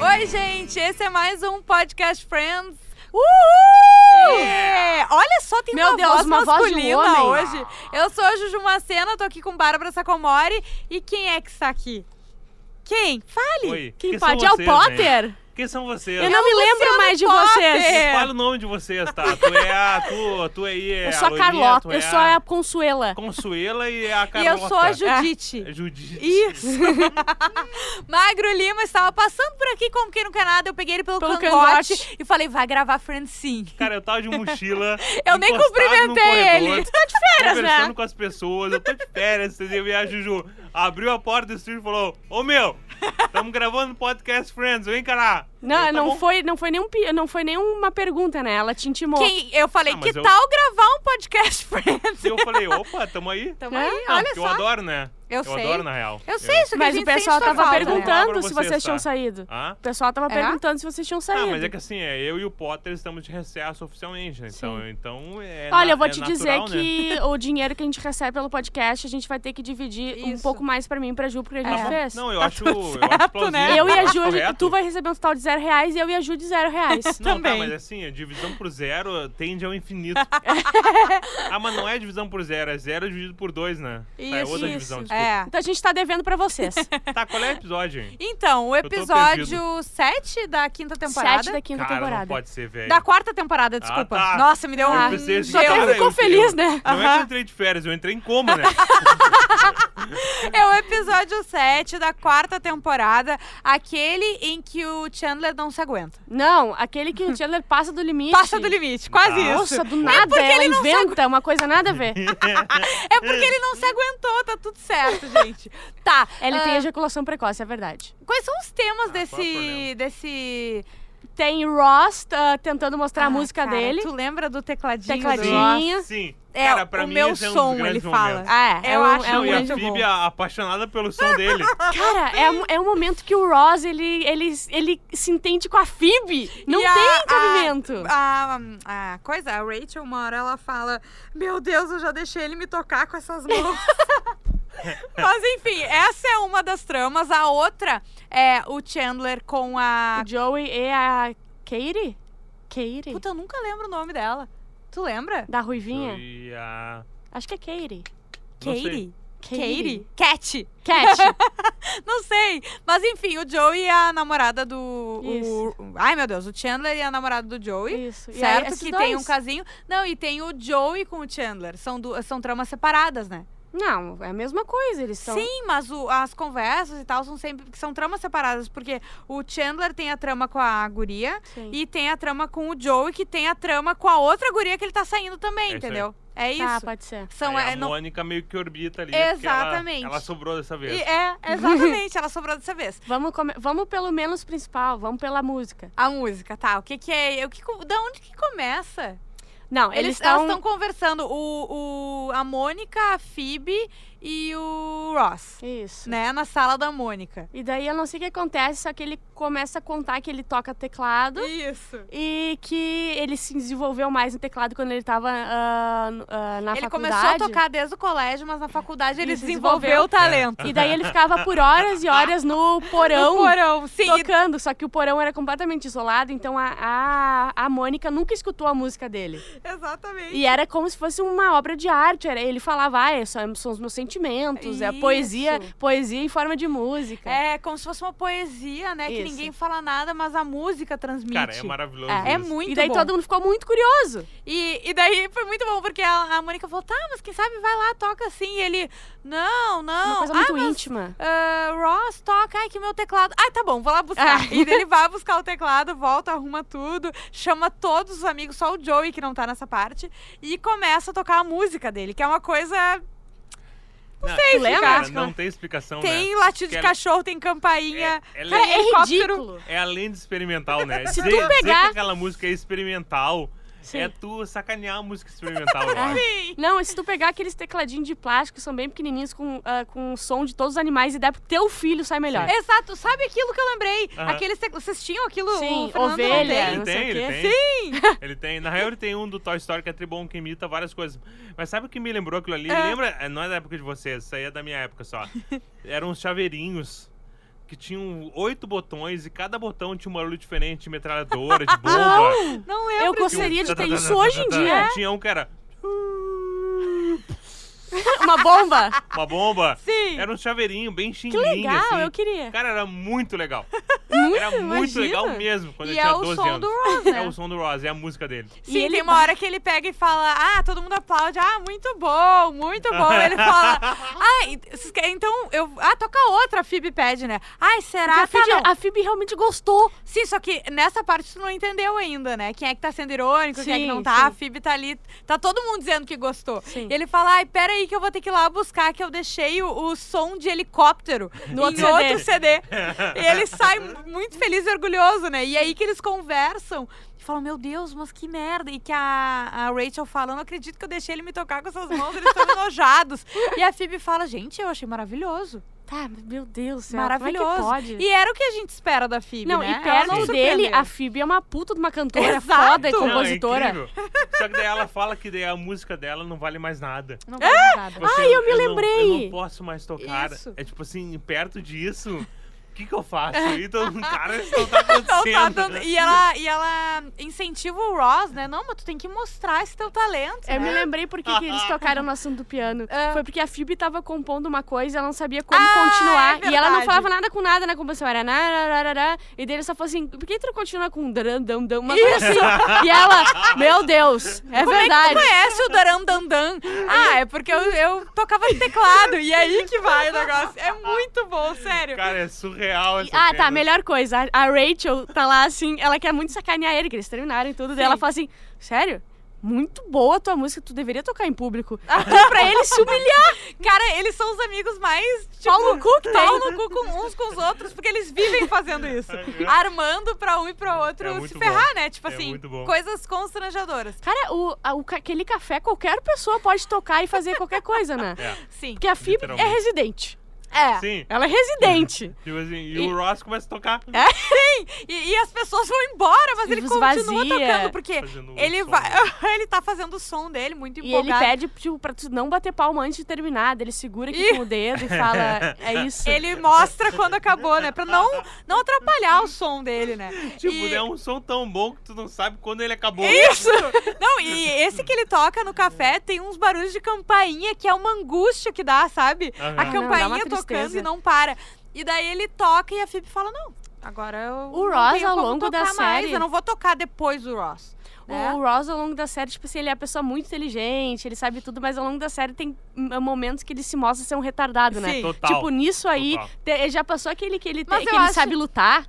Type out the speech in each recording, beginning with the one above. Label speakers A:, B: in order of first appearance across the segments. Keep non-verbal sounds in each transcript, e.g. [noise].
A: Oi, gente! Esse é mais um Podcast Friends.
B: Uhul!
A: É, Olha só, tem
B: Meu
A: uma
B: Deus,
A: voz
B: uma voz de um
A: masculina
B: homem.
A: hoje. Eu sou a Juju Macena, tô aqui com Bárbara Sacomori. E quem é que está aqui? Quem? Fale!
C: Oi,
B: Quem
C: quem são
B: pode? É o
C: vocês, né?
B: Potter?
C: Quem são vocês?
B: Eu não me lembro
A: Luciano
B: mais de
A: Potter.
B: vocês.
C: Fala o nome de vocês, tá? Tu é a... Tu, tu aí é
B: Eu sou a
C: Aloysia,
B: Carlota,
C: tu é
B: eu sou a Consuela.
C: Consuela e a
A: E
C: Carlota.
A: eu sou a Judite.
C: É Judite.
A: Isso! [laughs] Magro Lima estava passando por aqui como quem não quer nada. Eu peguei ele pelo,
B: Pelo
A: cangote,
B: cangote.
A: e falei, vai gravar Friends sim.
C: Cara, eu tava de mochila.
A: [laughs] Eu nem
C: encostado
A: cumprimentei
C: num corredor,
A: ele.
B: Tá de férias,
C: Conversando
B: né?
C: com as pessoas, eu tô de férias, entendeu? E a Juju abriu a porta do estúdio e falou: Ô meu, estamos gravando podcast Friends, vem "Tá encarar.
B: Não, não foi, não foi nenhum, pi- não foi nenhuma pergunta, né? Ela te intimou.
A: Quem, é eu falei,
C: Ah,
A: que
C: mas eu-
A: tal gravar um podcast [laughs] Friends?
C: E eu falei: opa, tamo aí.
A: Tamo
B: É?
A: aí,
C: Não,
A: olha
C: porque
A: só.
C: eu adoro, né?
A: Eu sei.
C: adoro, na real.
A: Eu sei isso que a
B: Mas
A: gente
B: o pessoal
A: sente tua
B: tava
A: falta, né?
B: perguntando
C: Fala pra
B: se
C: vocês,
B: vocês tinham
C: tá?
B: saído.
C: Hã?
B: O pessoal tava
A: É?
B: perguntando se vocês tinham
C: Ah,
B: saído.
C: mas é que assim, é, eu e o Potter estamos de recesso oficialmente, né? Então, então é.
B: Olha,
C: na-
B: eu vou
C: é
B: te
C: natural,
B: dizer
C: né?
B: que o dinheiro que a gente recebe pelo podcast, a gente vai ter que dividir um
A: Isso.
B: pouco mais pra mim e pra Ju, porque a gente
A: É.
B: fez.
C: Não, eu
A: Tá
C: acho.
A: tudo
C: Eu
A: certo,
C: acho
A: né?
C: plausível.
B: Eu e a
C: acho
B: Ju, a gente-
C: correto.
B: tu vai receber um total de zero reais e eu e a Ju de
A: [laughs]
B: zero reais.
C: Não,
A: também.
C: tá, mas assim, a divisão por zero tende
B: [laughs]
C: ao infinito. ah, mas não é divisão por zero, é zero dividido por dois, né? tá, é
A: Isso,
C: outra
B: isso.
C: divisão, desculpa.
A: É.
B: Então a gente tá devendo pra vocês.
C: Tá, qual é o episódio, hein?
A: Então, o
C: tô
A: episódio 7 da quinta [laughs] temporada.
B: Sete da quinta
C: Cara, não
B: temporada.
C: pode ser, velho.
A: Da quarta temporada, desculpa.
C: tá.
A: Nossa, me deu
C: Eu
A: um.
C: pensei assim,
B: Só que
A: Deu-
C: cara,
B: ficou
C: eu-
B: feliz,
C: eu-
B: né?
C: Não é que
A: Aham.
C: eu entrei de férias, eu entrei
B: [laughs]
C: em coma, né?
A: É o episódio 7 da quarta temporada, aquele em que o Chandler não se aguenta.
B: Não, aquele que o Chandler passa do limite.
A: Passa do limite, quase isso.
B: Nossa, do nada, ela
A: ele não se
B: inventa uma coisa nada a ver.
A: [laughs] É porque ele não se aguentou, tá tudo certo, gente. Tá.
B: Ele
A: ah,
B: tem ejaculação precoce, é verdade.
A: Quais são os temas
C: Ah, qual é o
A: desse.
C: problema?
A: desse.
B: Tem Ross ah, tentando mostrar a
A: Ah,
B: música
A: cara,
B: dele.
A: Tu lembra do tecladinho?
B: Tecladinho.
A: do-
B: Tadinha.
C: Sim, sim.
A: É,
C: Cara, pra
A: o
C: mim,
A: meu
C: esse é um dos
A: som,
C: grandes
A: ele fala.
C: momentos.
B: Ah, é,
A: Eu
B: eu um,
A: acho
B: acho é um
C: e a
B: grande
C: Phoebe,
B: gol.
C: a- apaixonada pelo som dele.
B: Cara, é um, é um momento que o Ross, ele, ele, ele se entende com a Phoebe. Não
A: E a-
B: tem
A: a-
B: cabimento.
A: A, a coisa, a Rachel, uma hora ela fala: Meu Deus, eu já deixei ele me tocar com essas
C: [laughs]
A: mãos. Mas enfim, essa é uma das tramas. A outra é o Chandler com a.
B: O Joey e a Katie? Katie?
A: Puta, eu nunca lembro o nome dela. Tu lembra?
B: Da Ruivinha?
C: E a...
B: Acho que é Katie.
C: Não sei.
A: Katie? Katie? Cat. [laughs]
B: Cat.
A: Não sei. Mas enfim, o Joey e a namorada do. o-
B: Isso.
A: ai, meu Deus, o Chandler e a namorada do Joey.
B: Isso. E aí,
A: Certo
B: esses
A: que tem um
B: dois?
A: casinho. Não, e tem o Joey com o Chandler. São, du- são tramas separadas, né? Então
B: Não, é a mesma coisa. Eles são...
A: Sim, mas o- as conversas e tal são sempre são tramas separadas, porque o Chandler tem a trama com a guria
B: Sim.
A: e tem a trama com o Joey, que tem a trama com a outra guria que ele tá saindo também,
C: É isso
A: entendeu? É isso.
B: Tá, pode ser.
A: são,
C: Aí
A: é,
C: a
A: não-
C: Mônica meio que orbita ali. é porque ela-
A: Exatamente.
C: Ela, sobrou dessa vez.
A: e-
C: [laughs]
A: é, exatamente, ela sobrou dessa vez.
B: Vamos, come- vamos pelo menos principal, vamos pela música.
A: A música, tá? O que que é? O que, co- da onde que começa?
B: Não,
A: Eles
B: eles
A: elas
B: estão.
A: estão conversando, o, o- a Mônica, a Phoebe e o Ross,
B: Isso.
A: né? Na sala da Mônica.
B: E daí eu não sei o que acontece, só que ele começa a contar que ele toca teclado
A: Isso.
B: e que ele se desenvolveu mais no teclado quando ele tava ah, n- ah, na
A: Ele
B: faculdade.
A: começou a tocar desde o colégio, mas na faculdade ele
B: E
A: desenvolveu
B: desenvolveu.
A: o talento.
B: E daí ele ficava por horas e horas no porão.
A: [laughs] No porão, sim.
B: Tocando, só que o porão era completamente isolado, então a, a, a Mônica nunca escutou a música dele.
A: Exatamente.
B: E era como se fosse uma obra de arte. Era, ele falava, ah, é só- são os meus sentimentos, é a poesia,
A: Isso.
B: poesia em forma de música.
A: É como se fosse uma poesia, né? Que
B: Isso.
A: ninguém fala nada, mas a música transmite.
C: Cara, é maravilhoso
B: É,
A: É
C: isso.
A: muito
B: e daí
A: bom.
B: todo mundo ficou muito curioso.
A: E, e daí foi muito bom, porque a, a Mônica falou, tá, mas quem sabe vai lá, toca assim. E ele, não, não.
B: uma coisa
A: ah,
B: muito
A: mas,
B: íntima.
A: ah, Ross toca, ai que meu teclado. Ai, tá bom, vou lá buscar.
B: Ah.
A: E daí
B: [laughs]
A: ele vai buscar o teclado, volta, arruma tudo, chama todos os amigos, só o Joey que não tá nessa parte, e começa a tocar a música dele, que é uma coisa
C: Não,
A: sei
B: Tu lembra?
A: explicar.
C: Cara, não tem explicação, né?
A: Tem latido de
C: Porque ela-
A: cachorro, tem campainha.
C: É, ela
B: Cara,
C: é,
B: é
A: helicóptero.
B: ridículo.
C: é além de experimental,
A: [laughs]
C: né?
B: Se
C: Dizer-
B: tu
C: dizer
B: pegar-
C: que aquela música é experimental,
B: Sim.
C: é tu sacanear a música experimental,
A: É
C: eu acho.
A: Sim.
B: Não, e se tu pegar aqueles tecladinhos de plástico, são bem pequenininhos, com, ah, com o som de todos os animais, e dá pro teu filho sai melhor.
A: Exato, sabe aquilo que eu lembrei?
C: É. Aham.
A: Aqueles tec- Vocês tinham aquilo?
B: Sim,
A: o Fernando não
B: ovelha.
A: tem.
C: Ele
B: não sei
C: tem,
B: o
C: ele
B: quê.
C: tem. [laughs] Ele tem. Na real, ele tem um do Toy Story que é tribom, que imita várias coisas. Mas sabe o que me lembrou aquilo ali?
A: É.
C: Lembra? é, Não é da época de vocês, isso aí é da minha época só. Eram os chaveirinhos. que tinham oito botões e cada botão tinha um barulho diferente de metralhadora, de bomba.
A: Não
B: Eu
A: lembro. disso.
B: gostaria de ter isso hoje em
C: É,
B: dia.
C: Tinha um que era
B: Uma bomba.
C: uma bomba.
A: Sim.
C: Era um chaveirinho
B: [laughs]
C: bem
B: Que
C: xinguinho,
B: legal,
C: assim.
B: eu queria.
C: Cara, era muito legal.
B: Muito,
C: Era muito
B: imagina.
C: legal mesmo quando
A: E
C: eu
A: é
C: tinha
A: o
C: 12
A: som
C: anos.
A: do Ross, né?
C: É o som do Ross, é a música dele.
A: Sim,
B: E ele
A: tem uma
B: [laughs] ba-
A: hora que ele pega e fala, ah, todo mundo aplaude, ah, muito bom, muito bom. Ele
B: [laughs]
A: fala, ah, e- vocês querem- então eu. Ah, toca outra, a Phoebe pede, né? Ai,
B: Porque
A: será
B: a,
A: que. Tá,
B: Phoebe,
A: não.
B: a Phoebe realmente gostou.
A: Sim, só que nessa parte tu não entendeu ainda, né? Quem é que tá sendo irônico, quem é que
B: Sim,
A: não tá. A
B: sim.
A: Phoebe tá ali, tá todo mundo dizendo que gostou.
B: Sim.
A: E ele fala, ai, peraí que eu vou ter que ir lá buscar, que eu deixei o, o som de helicóptero
B: No
A: em
B: outro CD.
A: outro CD. e ele sai muito feliz e orgulhoso, né? E aí que eles conversam e falam, meu Deus, mas que merda. E que a, a Rachel fala, eu não acredito que eu deixei ele me tocar com essas mãos, eles estão
B: [laughs]
A: enojados. E a Phoebe fala, gente, eu achei maravilhoso.
B: Tá, meu Deus, do céu,
A: maravilhoso.
B: Como é que pode?
A: E era o que a gente espera da Phoebe,
B: não,
A: né?
B: e
A: Ela
B: perto
A: não
B: dele,
A: surpreendeu.
B: a Phoebe é uma puta de uma cantora
A: Exato.
B: foda e
A: Não, é
B: compositora.
C: Não, é incrível. Só que daí ela fala que daí a música dela não vale mais nada.
B: É?
A: Não vai dar nada.
C: Tipo assim,
B: Ai, eu me
C: não- eu Não,
B: lembrei.
C: posso mais tocar.
A: Isso.
C: É tipo assim, perto disso, o que, que eu faço? E todo mundo, cara, isso não tá
A: Então
C: acontecendo.
A: tá dando- e, ela, e ela incentiva o Ross, né? Não, mas tu tem que mostrar esse teu talento. né?
B: Eu me lembrei porque que eles tocaram no assunto do piano.
A: Ah.
B: Foi porque a Phoebe tava compondo uma coisa e ela não sabia como
A: Ah,
B: continuar.
A: é
B: e ela não
A: verdade.
B: falava nada com nada na composição. Era na, ra, ra, ra, ra. E daí ele só falou assim: por que tu não continua com dran, dam, dam? Uma coisa assim. E ela, meu Deus, é
A: Como é que
B: verdade.
A: tu conhece o Daram Dandan? Ah, é porque eu, eu tocava no teclado. E aí que vai o negócio. É muito bom, sério.
C: Cara, é surreal essa
B: Ah,
C: cena.
B: tá, melhor coisa. A- A Rachel tá lá assim, ela quer muito sacanear ele, que eles terminaram e tudo. Daí ela fala assim: sério? Muito boa a tua música, tu deveria tocar em público.
A: Ah,
B: Então, pra ele
A: [laughs]
B: se humilhar.
A: Cara, eles são os amigos mais. Tipo,
B: Pau no cu que tem.
A: pau no cu com uns com os outros, porque eles vivem fazendo isso. Armando pra um e pra outro
C: É
A: se
C: muito
A: ferrar,
C: bom.
A: né? Tipo
C: É
A: assim,
C: muito bom.
A: coisas constrangedoras.
B: Cara, o, a- o ca- aquele café qualquer pessoa pode tocar e fazer qualquer coisa, né?
C: É.
A: Sim.
B: Porque a Phoebe é
C: Literalmente.
B: residente.
A: É.
C: Sim.
B: Ela é residente.
C: Tipo assim, e,
B: E-
C: o Ross começa a tocar.
A: E, e as pessoas vão embora, mas
B: E
A: ele
B: os
A: continua
B: vazia.
A: tocando, porque
C: Fazendo o
A: ele
C: som
A: vai.
C: dele.
A: [laughs] ele tá fazendo o som dele, muito
B: E ele
A: empolgado.
B: pede, tipo, pra tu não bater palma antes de terminar. Daí Ele segura aqui
A: Ih.
B: com o dedo e fala, é isso.
A: Ele mostra quando acabou, né? Pra não, não atrapalhar o som dele, né?
C: [laughs] Tipo,
A: E-
C: é um som tão bom que tu não sabe quando ele acabou.
A: Isso! Não, e esse que ele toca no café tem uns barulhos de campainha que é uma angústia que dá, sabe?
C: Aham.
A: A
B: É.
C: Ah, não,
B: dá uma
A: campainha tocando
B: tristeza.
A: e não para. E daí ele toca e a Phoebe fala: não, agora eu.
B: O
A: não
B: Ross,
A: tenho
B: ao
A: como
B: longo da
A: tocar mais,
B: série-
A: Eu não vou tocar depois o Ross. né?
B: O Ross, ao longo da série, tipo assim, ele é uma pessoa muito inteligente, ele sabe tudo, mas ao longo da série tem hum, momentos que ele se mostra ser um retardado, né?
A: Sim.
C: Total.
B: Tipo, nisso aí,
C: Total.
B: te- ele já passou aquele que ele, te-
A: Mas
B: que
A: eu
B: ele
A: acho-
B: sabe lutar.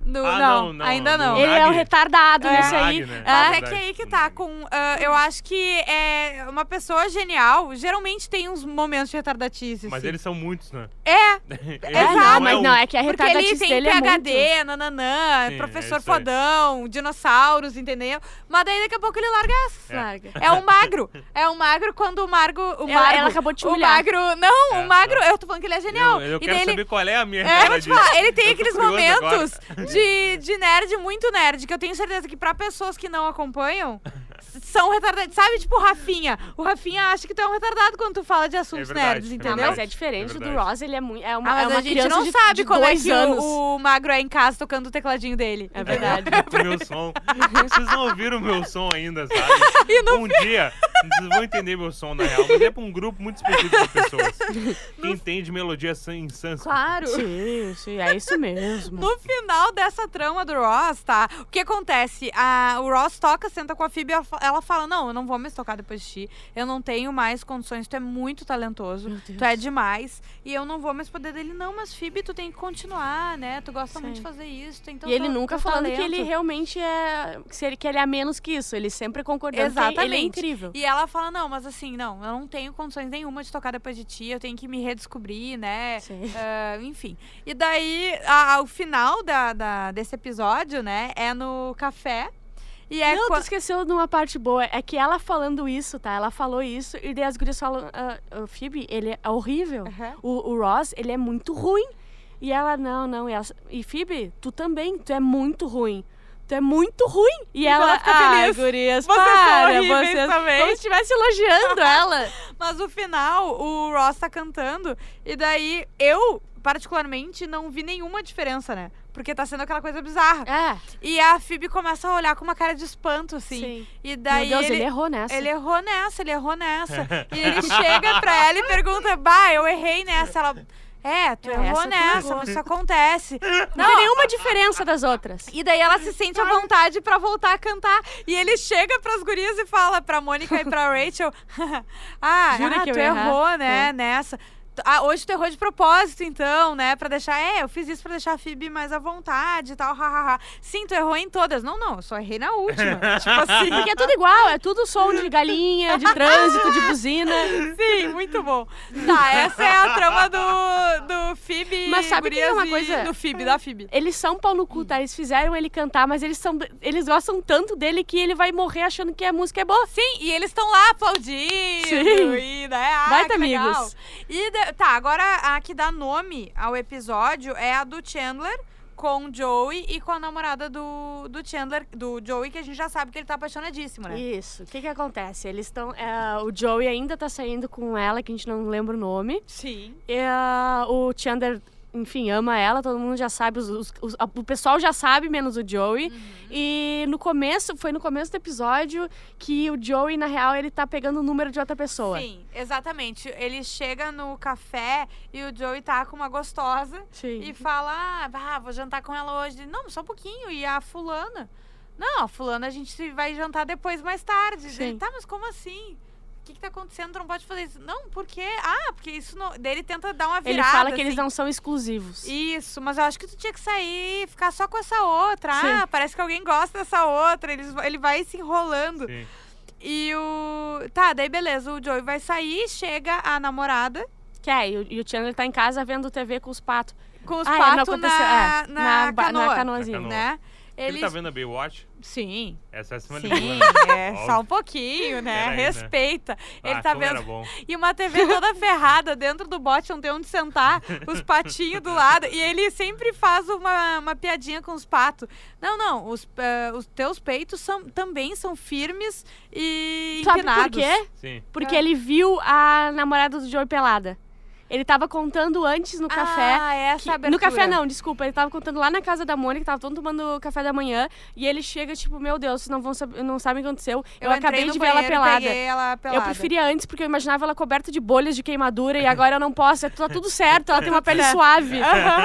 A: No-
C: Ah,
A: não,
C: não, não,
A: ainda
C: no-
A: não.
B: ele é um
C: Nagni.
B: retardado
A: É.
B: nisso aí.
C: Nagni, né?
B: Ah,
C: Na
A: Mas é que
C: verdade,
A: aí que
C: no
A: tá
C: Nagni.
A: com. ah, eu acho que é uma pessoa genial geralmente tem uns momentos de retardatice.
C: Mas
A: assim.
C: eles são muitos, né?
A: É,
C: [laughs] Ele
A: Exato.
B: não,
C: é
B: mas
C: um.
B: não, é que a
A: porque ele
B: retardatice
A: tem
B: dele é muito.
A: PHD, nananã,
C: Sim,
A: professor
C: é isso aí.
A: fodão, dinossauros, entendeu? Mas daí daqui a pouco ele larga essa.
B: Larga.
A: É o magro. É o magro quando o Margo. O
B: Ela-
A: Margo
B: ela acabou de te
A: o
B: humilhar.
A: magro. Não,
C: É,
A: o magro.
C: não.
A: Eu tô falando que ele é genial.
C: Eu, eu
A: e
C: quero
A: daí ele,
C: saber qual é a
A: É,
C: minha
A: eu vou
C: cara
A: te
C: disso.
A: falar, ele tem
C: [laughs] Eu tô
A: aqueles
C: curioso agora.
A: momentos de, de nerd, muito nerd, que eu tenho certeza que pra pessoas que não acompanham, s- são retardados. Sabe, tipo o Rafinha. O Rafinha acha que tu é um retardado quando tu fala de assuntos
C: verdade,
A: nerds,
C: é
B: Ah,
A: entendeu?
B: mas
C: verdade,
B: é diferente
C: é
B: do
C: verdade.
B: Ross, ele é muito. É uma,
A: Ah,
B: é
A: mas
B: uma
A: a gente
B: criança
A: não
B: de,
A: sabe
B: de
A: como é
B: dois
A: que
B: anos.
A: O, o magro é em casa tocando o tecladinho dele.
B: É verdade.
C: O meu som. Vocês não ouviram o meu som ainda, sabe?
A: [laughs] E no
C: um dia, vocês vão entender meu som, na real. Mas é pra um grupo muito específico
A: [laughs]
C: de pessoas. Quem entende melodia sem em sânscrito.
A: Claro.
B: Sim, sim, é isso mesmo.
A: [laughs] No final dessa trama do Ross, tá? O que acontece? A, o Ross toca, senta com a Phoebe, ela, fa- ela fala: Não, eu não vou mais tocar depois de ti. Eu não tenho mais condições, tu é muito talentoso,
B: Meu Deus.
A: tu é demais. E eu não vou mais poder dele. Não, mas Phoebe, tu tem que continuar, né? Tu gosta
B: Sim.
A: muito de fazer isso. tu- Então
B: e ele
A: tu-
B: nunca
A: teu
B: falando que
A: talento."
B: ele realmente é. Que se ele- que ele é menos que isso. Ele sempre concordando que ele é
A: Exatamente.
B: incrível.
A: E ela fala: Não, mas assim, não, eu não tenho condições nenhuma de tocar depois de ti, eu tenho que me redescobrir, né?
B: Sim.
A: Ah, enfim. E daí, a- o final da, da- desse episódio, né, é no café. E é
B: não,
A: quan- [laughs]
B: tu esqueceu de uma parte boa. É que ela falando isso, tá? Ela falou isso e daí as gurias falam: "Ah, ah, Phoebe, ele é horrível.
A: Aham.
B: O, o Ross, ele é muito ruim. E ela, não, não. E, ela, e Phoebe, tu também, tu é muito ruim. Tu é muito ruim. E,
A: ela
B: ela,
A: fica
B: ah,
A: feliz.
B: gurias,
A: Vocês são
B: para,
A: horríveis
B: vocês.
A: também.
B: Como se estivesse elogiando ela.
A: Mas o final, o Ross tá cantando. E daí eu particularmente, não vi nenhuma diferença, né? Porque tá sendo aquela coisa bizarra.
B: [laughs] É,
A: E a Phoebe começa a olhar com uma cara de espanto, assim.
B: sim.
A: E daí
B: Meu Deus, ele, é
A: ele,
B: errou nessa.
A: ele errou nessa, ele errou nessa. e ele chega pra ela e pergunta: Bah, eu errei nessa. Ela. É, tu
B: É,
A: errou
B: essa tu
A: nessa,
B: errou."
A: mas isso acontece.
B: Não tem nenhuma diferença das outras.
A: E daí ela se sente à vontade pra voltar a cantar. E ele chega pras gurias e fala pra Mônica e
B: [laughs]
A: pra Rachel: [laughs] Ah,
B: Jura
A: ah,
B: que eu
A: tu
B: ia errar?"
A: errou, né? Nessa. Tu- Ah, hoje tu errou de propósito, então, né? Pra deixar. É, eu fiz isso pra deixar a Phoebe mais à vontade e tal, hahaha. Sim, tu errou em todas. Não, não, eu só errei na última.
B: [laughs]
A: tipo assim.
B: Porque é tudo igual, é tudo som de [laughs] galinha, de trânsito, de buzina.
A: Sim, muito bom. Tá, essa é a trama do, do Phoebe.
B: Mas sabe que tem
A: Gurias
B: uma
A: e-
B: coisa-
A: Do Phoebe, da Phoebe.
B: Eles são pau no cu, tá? Eles fizeram ele cantar, mas eles são eles gostam tanto dele que ele vai morrer achando que a música é boa.
A: Sim, e eles estão lá aplaudindo.
B: Sim.
A: E, né? ah,
B: Baita
A: que legal.
B: amigos.
A: E de- tá, agora a que dá nome ao episódio é a do Chandler com o Joey e com a namorada do, do Chandler, do Joey, que a gente já sabe que ele tá apaixonadíssimo, né?
B: Isso. O que que acontece? Eles estão é, o Joey ainda tá saindo com ela, que a gente não lembra o nome.
A: Sim.
B: E ah, o Chandler, enfim, ama ela, todo mundo já sabe, os- os- os- a- o pessoal já sabe, menos o Joey.
A: Uhum.
B: E no começo, foi no começo do episódio que o Joey, na real, ele tá pegando o número de outra pessoa.
A: Sim, exatamente. Ele chega no café e o Joey tá com uma gostosa.
B: Sim.
A: e fala, ah, bah, vou jantar com ela hoje. Não, só um pouquinho. E a fulana? Não, a fulana a gente vai jantar depois, mais tarde.
B: Sim.
A: Ele, tá, mas como assim? O que, que tá acontecendo? Tu não pode fazer isso. Não, por quê? Ah, porque isso não... Daí ele tenta dar uma virada,
B: Ele fala que eles
A: assim.
B: não são exclusivos.
A: Isso, mas eu acho que tu tinha que sair e ficar só com essa outra.
B: Sim.
A: Ah, parece que alguém gosta dessa outra. Eles, ele vai se enrolando.
C: Sim.
A: E o... Tá, daí beleza. O Joey vai sair, chega a namorada
B: Que é, e o, e o Chandler tá em casa vendo TV com os patos.
A: com os
B: Ah, é, não
A: patos
B: aconteceu,
A: na,
B: é,
A: na,
B: ba-
A: canoa.
B: canoazinha.
C: Na canoa.
A: Né?
C: Ele... tá vendo a Baywatch?
A: Sim,
B: [laughs]
C: Essa é a cima de
A: sim, é só um pouquinho, né?
C: Pera aí, né?
A: Respeita. Ele
C: ah,
A: tá
C: como Era
A: vendo.
C: bom.
A: E uma TV
C: [laughs]
A: toda ferrada dentro do bote, não tem onde sentar, os patinhos do lado. E ele sempre faz uma, uma piadinha com os patos. Não, não, os, eh, os teus peitos são, também são firmes e
B: Sabe
A: empinados. Ah.
B: por quê?
C: Sim.
B: Porque ele viu a namorada do Joey pelada. Ele tava contando antes no café.
A: Ah, essa
B: que-
A: abertura.
B: no café não, desculpa. Ele tava contando lá na casa da Mônica, tava todo mundo tomando café da manhã. E ele chega, tipo, meu Deus, vocês não, vão sab- não sabem o que aconteceu. Eu,
A: entrei
B: acabei
A: no
B: de ver ela
A: banheiro e
B: pelada.
A: peguei ela
B: Eu
A: pelada.
B: preferia antes, porque eu imaginava ela coberta de bolhas de queimadura e agora eu não posso. É- Tá tudo certo, ela tem uma
A: [laughs] É.
B: pele suave.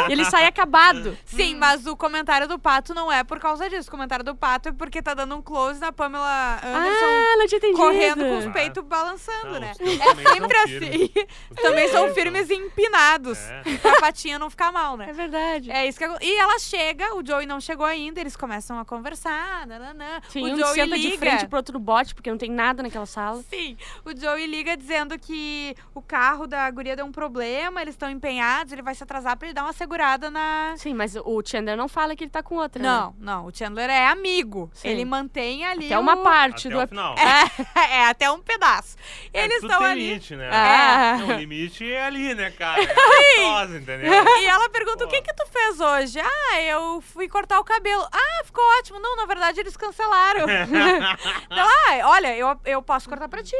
B: E ele sai acabado.
A: Sim, mas o comentário do pato não é por causa disso. O comentário do pato é porque tá dando um close na Pamela Anderson
B: Ah, não tinha entendido.
A: correndo com os
C: Claro.
A: peitos balançando,
C: Não,
A: né?
C: os teus
A: É
C: também são
A: sempre assim.
C: firmes.
A: [laughs]
C: Os
A: Também
C: teus
A: são firmes e empinados.
C: É.
A: Pra patinha não ficar mal,
B: É [laughs]
A: né?
B: verdade.
A: É isso que acon- E ela chega, o Joey não chegou ainda, eles começam a conversar, nananã.
B: Sim,
A: o
B: um
A: Joey
B: senta
A: liga.
B: de frente pro outro bote, porque não tem nada naquela sala.
A: Sim, o Joey liga dizendo que o carro da guria deu um problema, eles estão empenhados, ele vai se atrasar pra ele dar uma segurada na...
B: Sim, mas o Chandler não fala que ele tá com outra. Né?
A: Não, não, o Chandler é amigo.
B: Sim.
A: Ele mantém ali
B: Até é uma
A: o-
B: parte
C: Até
B: do.
C: o final.
A: [laughs] é, até um pedaço.
C: É,
A: Eles
C: tudo
A: estão
C: tem
A: ali...
C: limite, né?
B: Ah.
C: Não, o limite é ali, né, cara?
A: [laughs]
C: É gostosa, entendeu?
A: E ela pergunta: o que
C: Pô.
A: que tu fez hoje? Ah, eu fui cortar o cabelo. Ah, ficou ótimo. Não, na verdade eles
C: [laughs]
A: cancelaram. Ela, ah, olha, eu, eu posso cortar pra ti.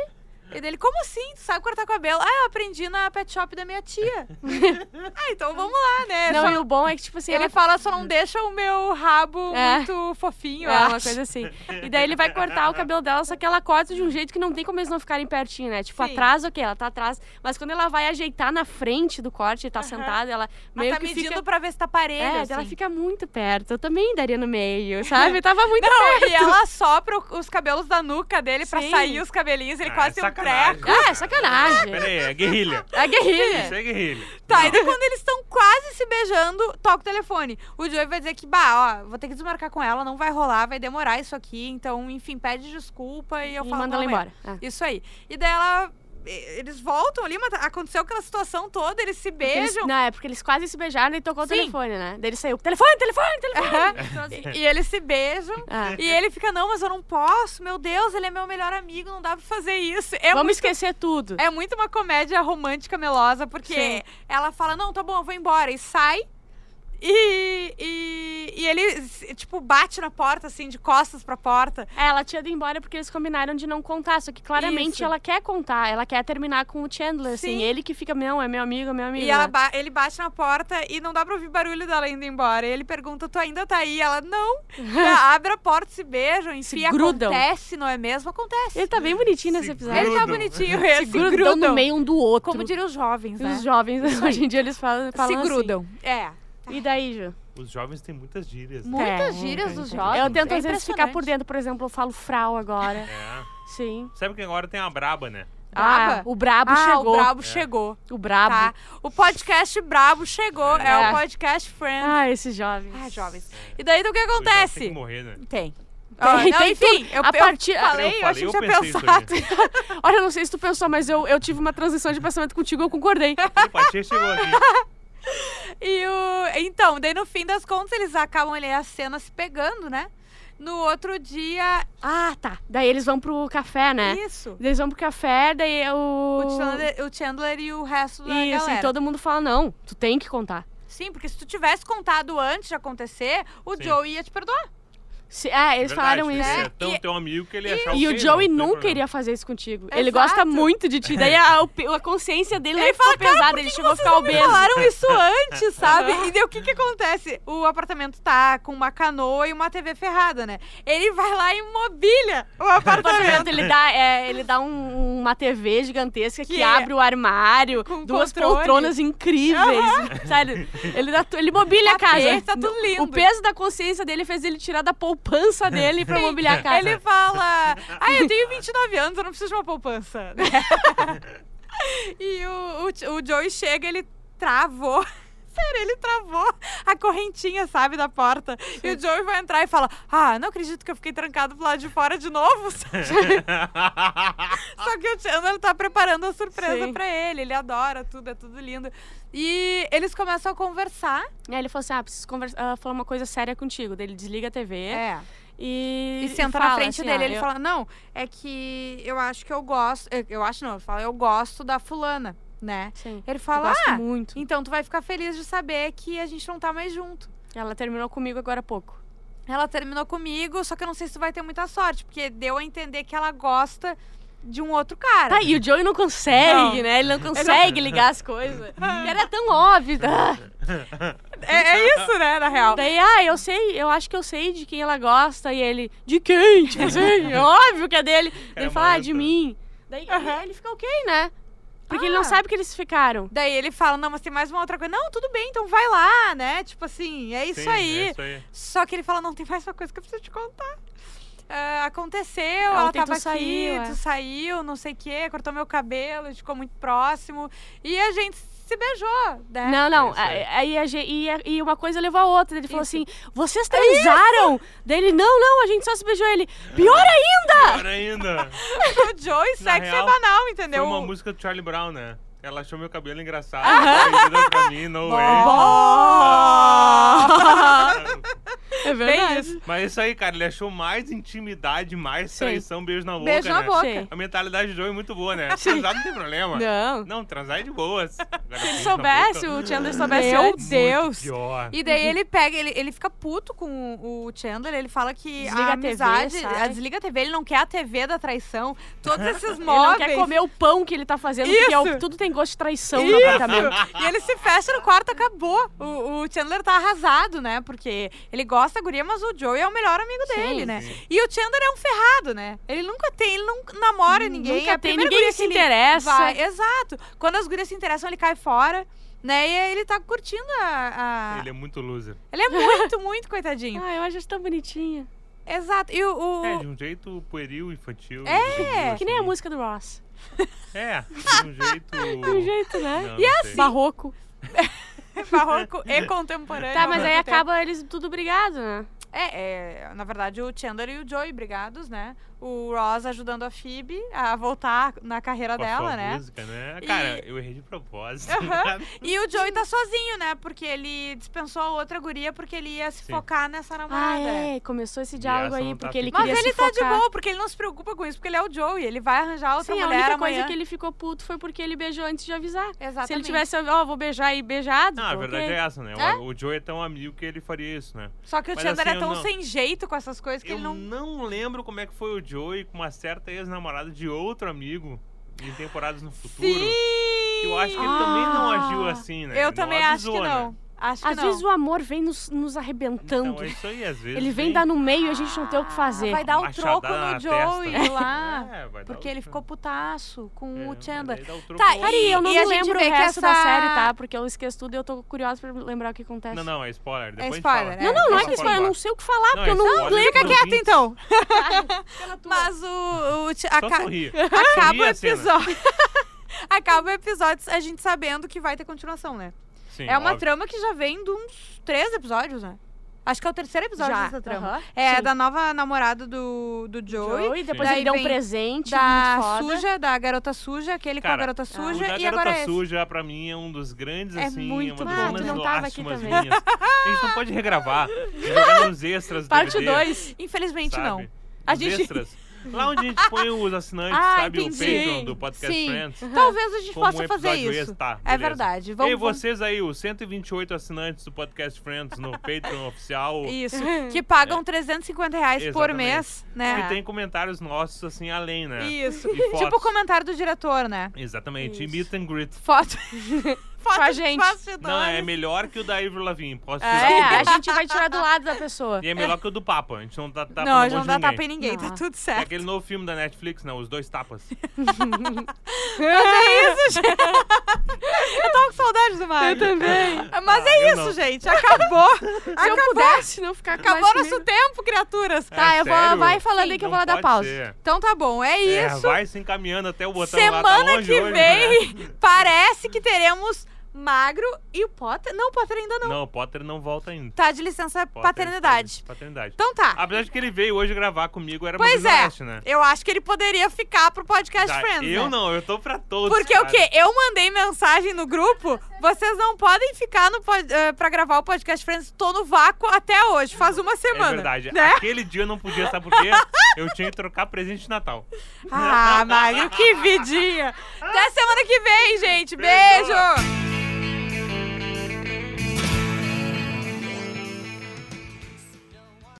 A: E dele, como assim? Tu sabe cortar cabelo? Ah, eu aprendi na pet shop da minha tia. [laughs] ah, então vamos lá, né?
B: Não,
A: Só-
B: e o bom é que, tipo assim,
A: ele
B: ela-
A: fala, só não deixa o meu rabo
B: É.
A: muito fofinho.
B: É,
A: eu
B: uma
A: acho. [laughs]
B: coisa assim. E daí ele vai cortar o cabelo dela, só que ela corta de um jeito que não tem como eles não ficarem pertinho, né? Tipo,
A: Sim.
B: atrás, ok, ela tá atrás. Mas quando ela vai ajeitar na frente do corte, ele tá sentado, ela
A: Mas
B: meio
A: tá
B: que
A: medindo
B: fica...
A: pra ver se tá parelho.
B: É, daí ela
A: assim.
B: fica muito perto. Eu também daria no meio, sabe?
A: [laughs]
B: Tava muito
A: Não,
B: perto.
A: e ela sopra o- os cabelos da nuca dele pra
B: Sim.
A: sair os cabelinhos. Ele
C: Ah,
A: quase
C: é
A: tem um treco.
C: sacanagem.
B: Ah,
A: [laughs]
B: é sacanagem.
C: Pera aí, é guerrilha.
B: A guerrilha.
C: Isso é guerrilha.
A: Tá, e daí quando eles estão quase se beijando, toca o telefone. O Joey vai dizer que, bah, ó, vou ter que desmarcar com ela, não vai rolar, vai demorar isso aqui. Então, enfim, pede desculpa e eu
B: e
A: falo
B: manda
A: com
B: ela
A: amanhã.
B: embora. Ah.
A: Isso aí. E daí ela. e- Eles voltam ali, mas aconteceu aquela situação toda, eles se
B: Porque eles-
A: beijam.
B: não, é porque eles quase se beijaram e tocou
A: Sim.
B: o telefone, né? Daí ele saiu, telefone, telefone, [laughs] telefone. Então, assim,
A: E eles se
B: [laughs]
A: beijam.
B: ah.
A: E ele fica, não, mas eu não posso, meu Deus, ele é meu melhor amigo, não dá pra fazer isso. É
B: Vamos esquecer tudo.
A: É muito uma comédia romântica melosa, porque
B: Sim.
A: ela fala, não, tá bom, eu vou embora, e sai. E, e, e ele, tipo, bate na porta, assim, de costas pra porta.
B: É, ela tinha ido embora porque eles combinaram de não contar, só que claramente
A: Isso.
B: ela quer contar, ela quer terminar com o Chandler, assim,
A: Sim.
B: ele que fica, não, é meu amigo, é meu amigo.
A: E
B: né?
A: ela ba- ele bate na porta e não dá pra ouvir barulho dela indo embora. E ele pergunta, tu ainda tá aí? Ela,
B: [laughs]
A: não. Ela abre a porta, se beijam, enfim,
B: grudam.
A: acontece, não é mesmo? Acontece.
B: Ele tá bem bonitinho nesse
C: Se
B: episódio.
A: Ele tá
C: grudam.
A: bonitinho, esse.
B: Se grudam, no meio um do outro.
A: Como diriam os jovens, né?
B: os jovens, hoje em dia eles falam, falam
A: se grudam. É.
B: assim. E daí, Ju?
C: Os jovens têm muitas gírias. né?
A: Muitas
B: É,
A: gírias dos
C: entendi.
A: jovens.
B: eu tento
A: é
B: às vezes ficar por
A: impressionante.
B: dentro, por exemplo, eu falo
A: [laughs]
B: frau agora.
C: É.
B: Sim.
C: Sabe que agora tem a braba, né?
B: Ah,
A: Braba?
B: o brabo
A: Ah,
B: chegou.
A: o Brabo chegou.
B: O brabo.
A: Tá. O podcast Brabo chegou. É,
B: É.
A: o podcast Friends.
B: Ah, esses jovens.
A: Ah, jovens. E daí do que acontece?
C: Tem que morrer, né?
A: Tem.
B: Tem-
A: não,
B: tem
A: enfim,
B: tudo.
A: eu,
B: A
A: eu
B: partir-
A: falei,
C: Eu
A: eu,
C: falei,
A: achei
C: eu
A: que tinha
C: pensei isso
A: pensado.
B: [laughs] Olha, eu não sei se tu pensou, mas eu, eu tive uma transição de pensamento contigo, eu concordei.
C: O Patinha chegou
A: [laughs]
C: aqui.
A: E o... Então, daí no fim das contas, eles acabam ali a cena se pegando, né? No outro dia.
B: Ah, tá. Daí eles vão pro café, né?
A: Isso.
B: Eles vão pro café, daí o.
A: O Chandler, o Chandler e o resto da
B: Isso,
A: galera.
B: e todo mundo fala, não, tu tem que contar.
A: Sim, porque se tu tivesse contado antes de acontecer, o
C: Sim.
A: Joe ia te perdoar.
B: Se, é, eles
C: Verdade,
B: falaram
C: ele
B: isso.
C: É
A: É,
C: tão
A: e-
C: teu amigo que ele ia achar
B: E
C: ok,
B: o Joey
C: não, não tem
B: nunca
C: problema. [laughs]
B: iria fazer isso contigo. Ele
A: Exato.
B: gosta muito de ti. Daí a, a consciência dele
A: Ele
B: ele ficou pesada, ele chegou a ficar
A: Me
B: obeso.
A: falaram isso antes, sabe? E daí o que que acontece? O apartamento tá com uma canoa e uma TV ferrada, né? Ele vai lá e mobília o apartamento.
B: Portanto, ele dá, é, ele dá um- uma TV gigantesca que,
A: Que é-
B: abre o armário,
A: com
B: duas
A: controle.
B: poltronas incríveis. Sabe? Ele, dá, tu- ele mobília a casa.
A: Tapete, tá tudo lindo.
B: O peso da consciência dele fez ele tirar da poupança dele pra mobiliar a [laughs] casa.
A: Ele fala: Ah, eu tenho 29 anos, eu não preciso de uma poupança. [laughs] né? e o, o, o Joey chega, ele travou. [laughs] Sério, ele travou a correntinha, sabe, da porta. E o Joey vai entrar e fala: Ah, não acredito que eu fiquei trancado pro lado de fora de novo. [laughs] Só que o Chandler tá preparando a surpresa
B: Sim.
A: pra ele. Ele adora tudo, é tudo lindo. E eles começam a conversar.
B: E aí ele falou assim: ah, preciso conversar, falar uma coisa séria contigo. Daí ele desliga a TV É. e.
A: É. né? E senta
B: fala
A: na frente
B: assim,
A: dele.
B: ah,
A: ele
B: eu-
A: fala: Não, é que eu acho que eu gosto. eu- Eu acho não, ele fala: Eu gosto da fulana, né?
B: Sim.
A: Ele
B: Eu
A: fala:
B: gosto
A: Ah,
B: muito.
A: então tu vai ficar feliz de saber que a gente não tá mais junto.
B: Ela terminou comigo agora há pouco.
A: Ela terminou comigo, só que eu não sei se tu vai ter muita sorte, porque deu a entender que ela gosta de um outro cara.
B: Tá, e o Joey não consegue,
A: Não.
B: né? Ele não consegue ligar as coisas. Era tão óbvio. Ah.
A: É, é isso, né, na real.
B: Daí, ah, eu sei, eu acho que eu sei de quem ela gosta. E ele, de quem? Tipo
A: [laughs]
B: assim, é óbvio que é dele. Daí
C: Cara,
B: ele fala, ah,
C: malandro.
B: de mim. Daí
A: Aham.
B: ele fica ok, né? Porque ele não
A: Ah.
B: sabe que eles ficaram.
A: Daí ele fala, não, mas tem mais uma outra coisa. Não, tudo bem, então vai lá, né? Tipo assim, é isso
C: Sim,
A: aí.
C: É isso aí.
A: Só que ele fala, não, tem mais uma coisa que eu preciso te contar. Ah, aconteceu, ela,
B: Ontem tu
A: tava aqui,
B: saiu, é.
A: tu saiu, não sei o quê, cortou meu cabelo, a gente ficou muito próximo. E a gente se beijou, né?
B: Não, não.
C: É Isso aí.
B: a- Aí a gente- e, a- e uma coisa levou a outra. Ele falou
A: Isso. É
B: assim: vocês transaram? Daí ele, não, não, a gente só se beijou. Ele, pior
A: Ah.
B: ainda!
C: Pior ainda.
A: [laughs] O Joey,
C: Na
A: sexo é
C: real,
A: banal,
C: Foi
A: entendeu?
C: uma música do Charlie Brown, né? Ela achou meu cabelo engraçado. aí virou pra
A: [laughs]
C: mim, no way.
B: É
A: Bem
B: verdade.
A: isso.
C: Mas isso aí, cara, ele achou mais intimidade, mais
B: Sim.
C: traição, beijo na boca,
A: Beijo na
C: né?
A: boca.
B: Sim.
C: A mentalidade do Joey é muito boa, né? Transar não tem problema.
B: Não.
C: Não, transar é
A: [laughs]
C: de boas.
B: Se
C: Agora,
B: ele
C: beijo na
B: soubesse,
C: boca,
B: o Chandler soubesse
A: Meu
B: antes.
A: Deus!
C: Pior.
A: E daí ele pega, ele, ele fica puto com o Chandler, ele fala que
B: Desliga
A: a
B: a TV,
A: amizade,
B: sai.
A: a desliga a TV, ele não quer a TV da traição,
C: [laughs]
A: todos esses
B: Ele não
A: móveis.
B: quer comer o pão que ele tá fazendo, porque é o-
A: Isso.
B: tudo tem gosto de traição no apartamento.
A: Isso! E ele se fecha no quarto, acabou. O, o Chandler tá arrasado, né? Porque ele gosta da guria, mas o Joey é o melhor amigo
B: Sim.
A: dele, né?
C: Sim.
A: E o Chandler é um ferrado, né? Ele nunca tem, ele não namora ninguém.
B: Nunca
A: é a
B: tem,
A: primeira
B: ninguém
A: guria
B: se
A: que ele
B: interessa.
A: vai. Exato. Quando as gurias se interessam, ele cai fora. Né? E aí ele tá curtindo a. a-
C: Ele é muito loser.
A: Ele é muito, muito coitadinho.
B: [laughs] Ah, eu acho isso tão bonitinha.
A: Exato. E o. o-
C: É, de um jeito pueril, infantil. assim.
A: É,
B: Que nem a música do Ross.
C: É, de um
A: [laughs]
C: jeito...
B: De um jeito, né?
A: é
C: Não, não sei.
A: assim.
B: Barroco.
A: [laughs] barroco e contemporâneo.
B: Tá,
A: ao
B: mas
A: mesmo
B: aí
A: tempo.
B: acaba eles tudo brigado, né?
A: É, é, na verdade, o Chandler e o Joey brigados, né? o Ross ajudando a Phoebe a voltar na carreira
C: Com a
A: dela,
C: sua
A: né?
C: música, né?
A: E-
C: Cara, eu errei de propósito. né?
A: Aham. E o Joey tá sozinho, né? Porque ele dispensou a outra guria porque ele ia se
C: Sim.
A: focar nessa
B: Ah,
A: namorada.
B: é, começou esse
C: E
B: diálogo
C: essa
B: aí,
C: não tá
B: porque ele
A: Mas
B: queria
A: ele
B: se
A: tá de
B: focar.
A: boa, porque ele não se preocupa com isso, porque ele é o Joey. Ele vai arranjar outra
B: Sim, a
A: mulher
B: única
A: amanhã.
B: coisa que ele ficou puto foi porque ele beijou antes de avisar.
A: Exatamente.
B: Se ele tivesse, ó, vou beijar e beijado.
C: Não, a
B: pô,
C: verdade
B: ok.
C: é essa, né? O-
A: É?
C: O Joe é tão amigo que ele faria isso, né?
A: Só que o
C: Mas
A: Chandler
C: assim,
A: é
C: eu
A: tão
C: não-
A: sem jeito com essas coisas que
C: Eu
A: ele não...
C: não... lembro como é que foi o Joey com uma certa ex-namorada de outro amigo em temporadas no futuro.
A: Sim!
C: Eu acho que ele também não
B: Ah!
C: agiu assim, né?
A: Eu
C: Ele
A: também
C: não
A: acho que
C: avisou,
A: não.
C: Né?
A: Acho que
B: Às
A: não.
B: vezes o amor vem nos, nos
C: Então,
B: arrebentando.
C: é isso aí, às vezes.
B: ele vem dar no meio e a gente não tem o que fazer.
A: Ah, Vai dar o
C: machadada
A: troco
C: na
A: no
C: testa.
A: Joey
C: [laughs]
A: lá.
C: É, vai dar
A: Porque
C: o
A: ele ficou
C: troco.
A: putaço com
C: É,
A: o
C: mas
A: Chandler.
C: aí dá o troco
A: Tá,
C: no
B: Cara, e eu não
A: E a
B: me
A: gente
B: lembro o
A: vê que
B: resto da
A: essa-
B: é série, tá? Porque eu esqueço tudo e eu tô curiosa pra lembrar o que acontece.
C: Não, não, é spoiler. Depois a gente
A: spoiler,
C: fala.
A: é.
B: Não, não, não é
C: Só
B: que isso, eu
C: falar.
B: não sei o que falar, porque eu
C: Não, é
B: não
C: spoiler
B: lembro.
C: pro
A: Quieto,
C: ouvinte.
A: então. [laughs]
B: Mas
A: Mas o... o Ch- a
C: Só
A: ca- [laughs]
C: sorri.
A: Acaba
C: Sorri
A: o
C: a cena.
A: episódio. [laughs] Acaba o episódio a gente sabendo que vai ter continuação, né?
C: Sim,
A: é uma
C: óbvio.
A: trama que já vem de uns três episódios, né? Acho que é o terceiro episódio
B: já,
A: dessa trama.
B: aham.
A: É,
B: Sim.
A: da nova namorada do, do Joey.
B: Joey, depois
A: Sim.
B: ele deu
A: Daí
B: um
A: vem
B: presente muito
A: Da
B: foda.
A: suja, da garota suja, aquele com a
C: Cara,
A: garota
C: O
A: suja,
C: da
A: e
C: Garota
A: agora é esse.
C: Suja, pra mim, é um dos grandes,
A: É
C: assim,
A: muito
C: uma das
A: bom. Ah,
C: grandes
A: tu
B: não tava aqui
C: lástimas
B: também.
C: minhas. A gente não pode regravar. Jogar nos extras do
B: Parte
C: DVD,
B: 2.
A: Infelizmente
C: sabe? [laughs]
A: não. A
C: Nos
A: gente-
C: extras. Lá onde a gente põe os assinantes,
A: Ah,
C: sabe?
A: entendi.
C: O Patreon do Podcast
A: Sim.
C: Friends.
A: Talvez a gente
C: Como
A: possa
C: um
A: fazer
C: episódio
A: isso.
C: extra, tá,
A: é
C: beleza.
A: verdade. Vamos,
C: e vocês aí, os 128 assinantes do Podcast Friends no Patreon [laughs] oficial,
A: vamos- Isso. Que pagam 350 reais por
C: É. Exatamente.
A: mês,
C: que
A: né?
C: tem comentários nossos, assim, além, né?
A: Isso.
C: E
A: [laughs] Tipo o
C: fotos.
A: comentário do diretor, né?
C: Exatamente, e
B: Isso.
C: meet and greet. [laughs]
A: Foto. Foto
B: a
A: de
B: gente.
A: bastidores.
C: Não, é melhor que o da Ivor Lavigne, posso te dar
B: É, [laughs] a
C: um pouco.
B: gente vai tirar do lado da
C: [laughs]
B: pessoa.
C: E é melhor que o do Papa, a gente não dá tapa
A: Não,
C: na
A: a gente
C: mão
A: não
C: de
A: dá
C: ninguém.
A: tapa em ninguém, tá
B: Não.
A: tudo
C: É [laughs]
A: certo.
C: aquele novo filme da Netflix, né? Os dois tapas.
A: é Eu tava com saudade do Mario. Eu também. Mas
C: Ah,
A: é
C: eu
A: isso,
C: não.
A: gente. Acabou.
C: [laughs]
B: Se eu pudesse não ficar com
A: Acabou
B: mais
A: nosso
B: comigo.
A: tempo, criaturas.
B: Tá,
C: É,
B: eu vou,
C: sério?
B: vai falando aí que eu
C: Não
B: vou lá dar
C: pode
B: pausa.
C: ser.
A: Então tá bom, é
C: É,
A: isso.
C: vai se encaminhando até o botão lá, tá
A: Semana
C: longe
A: que
C: hoje, né?
A: vem, [laughs] parece que teremos Magro e o Potter. Não, o Potter ainda não.
C: [laughs] Não, o Potter não volta ainda.
A: Tá de licença
C: Potter
A: paternidade.
C: tá- Paternidade.
A: Então tá.
C: Apesar de que ele veio hoje gravar comigo, era
A: Pois
C: uma
A: é.
C: Oeste, né?
A: Eu acho que ele poderia ficar pro podcast
C: Tá,
A: Friends.
C: eu
A: né?
C: não, eu tô pra todos.
A: Porque é o quê? Eu mandei mensagem no grupo, vocês não podem ficar no pod- eh, pra gravar o podcast Friends. Tô no vácuo até hoje, faz uma semana.
C: É verdade.
A: Né?
C: Aquele dia eu não podia,
A: [laughs]
C: sabe por quê? Eu tinha que trocar presente de Natal. [laughs]
A: Ah, Magro, que vidinha. Até semana que vem, gente.
C: Beijão.
A: Beijo.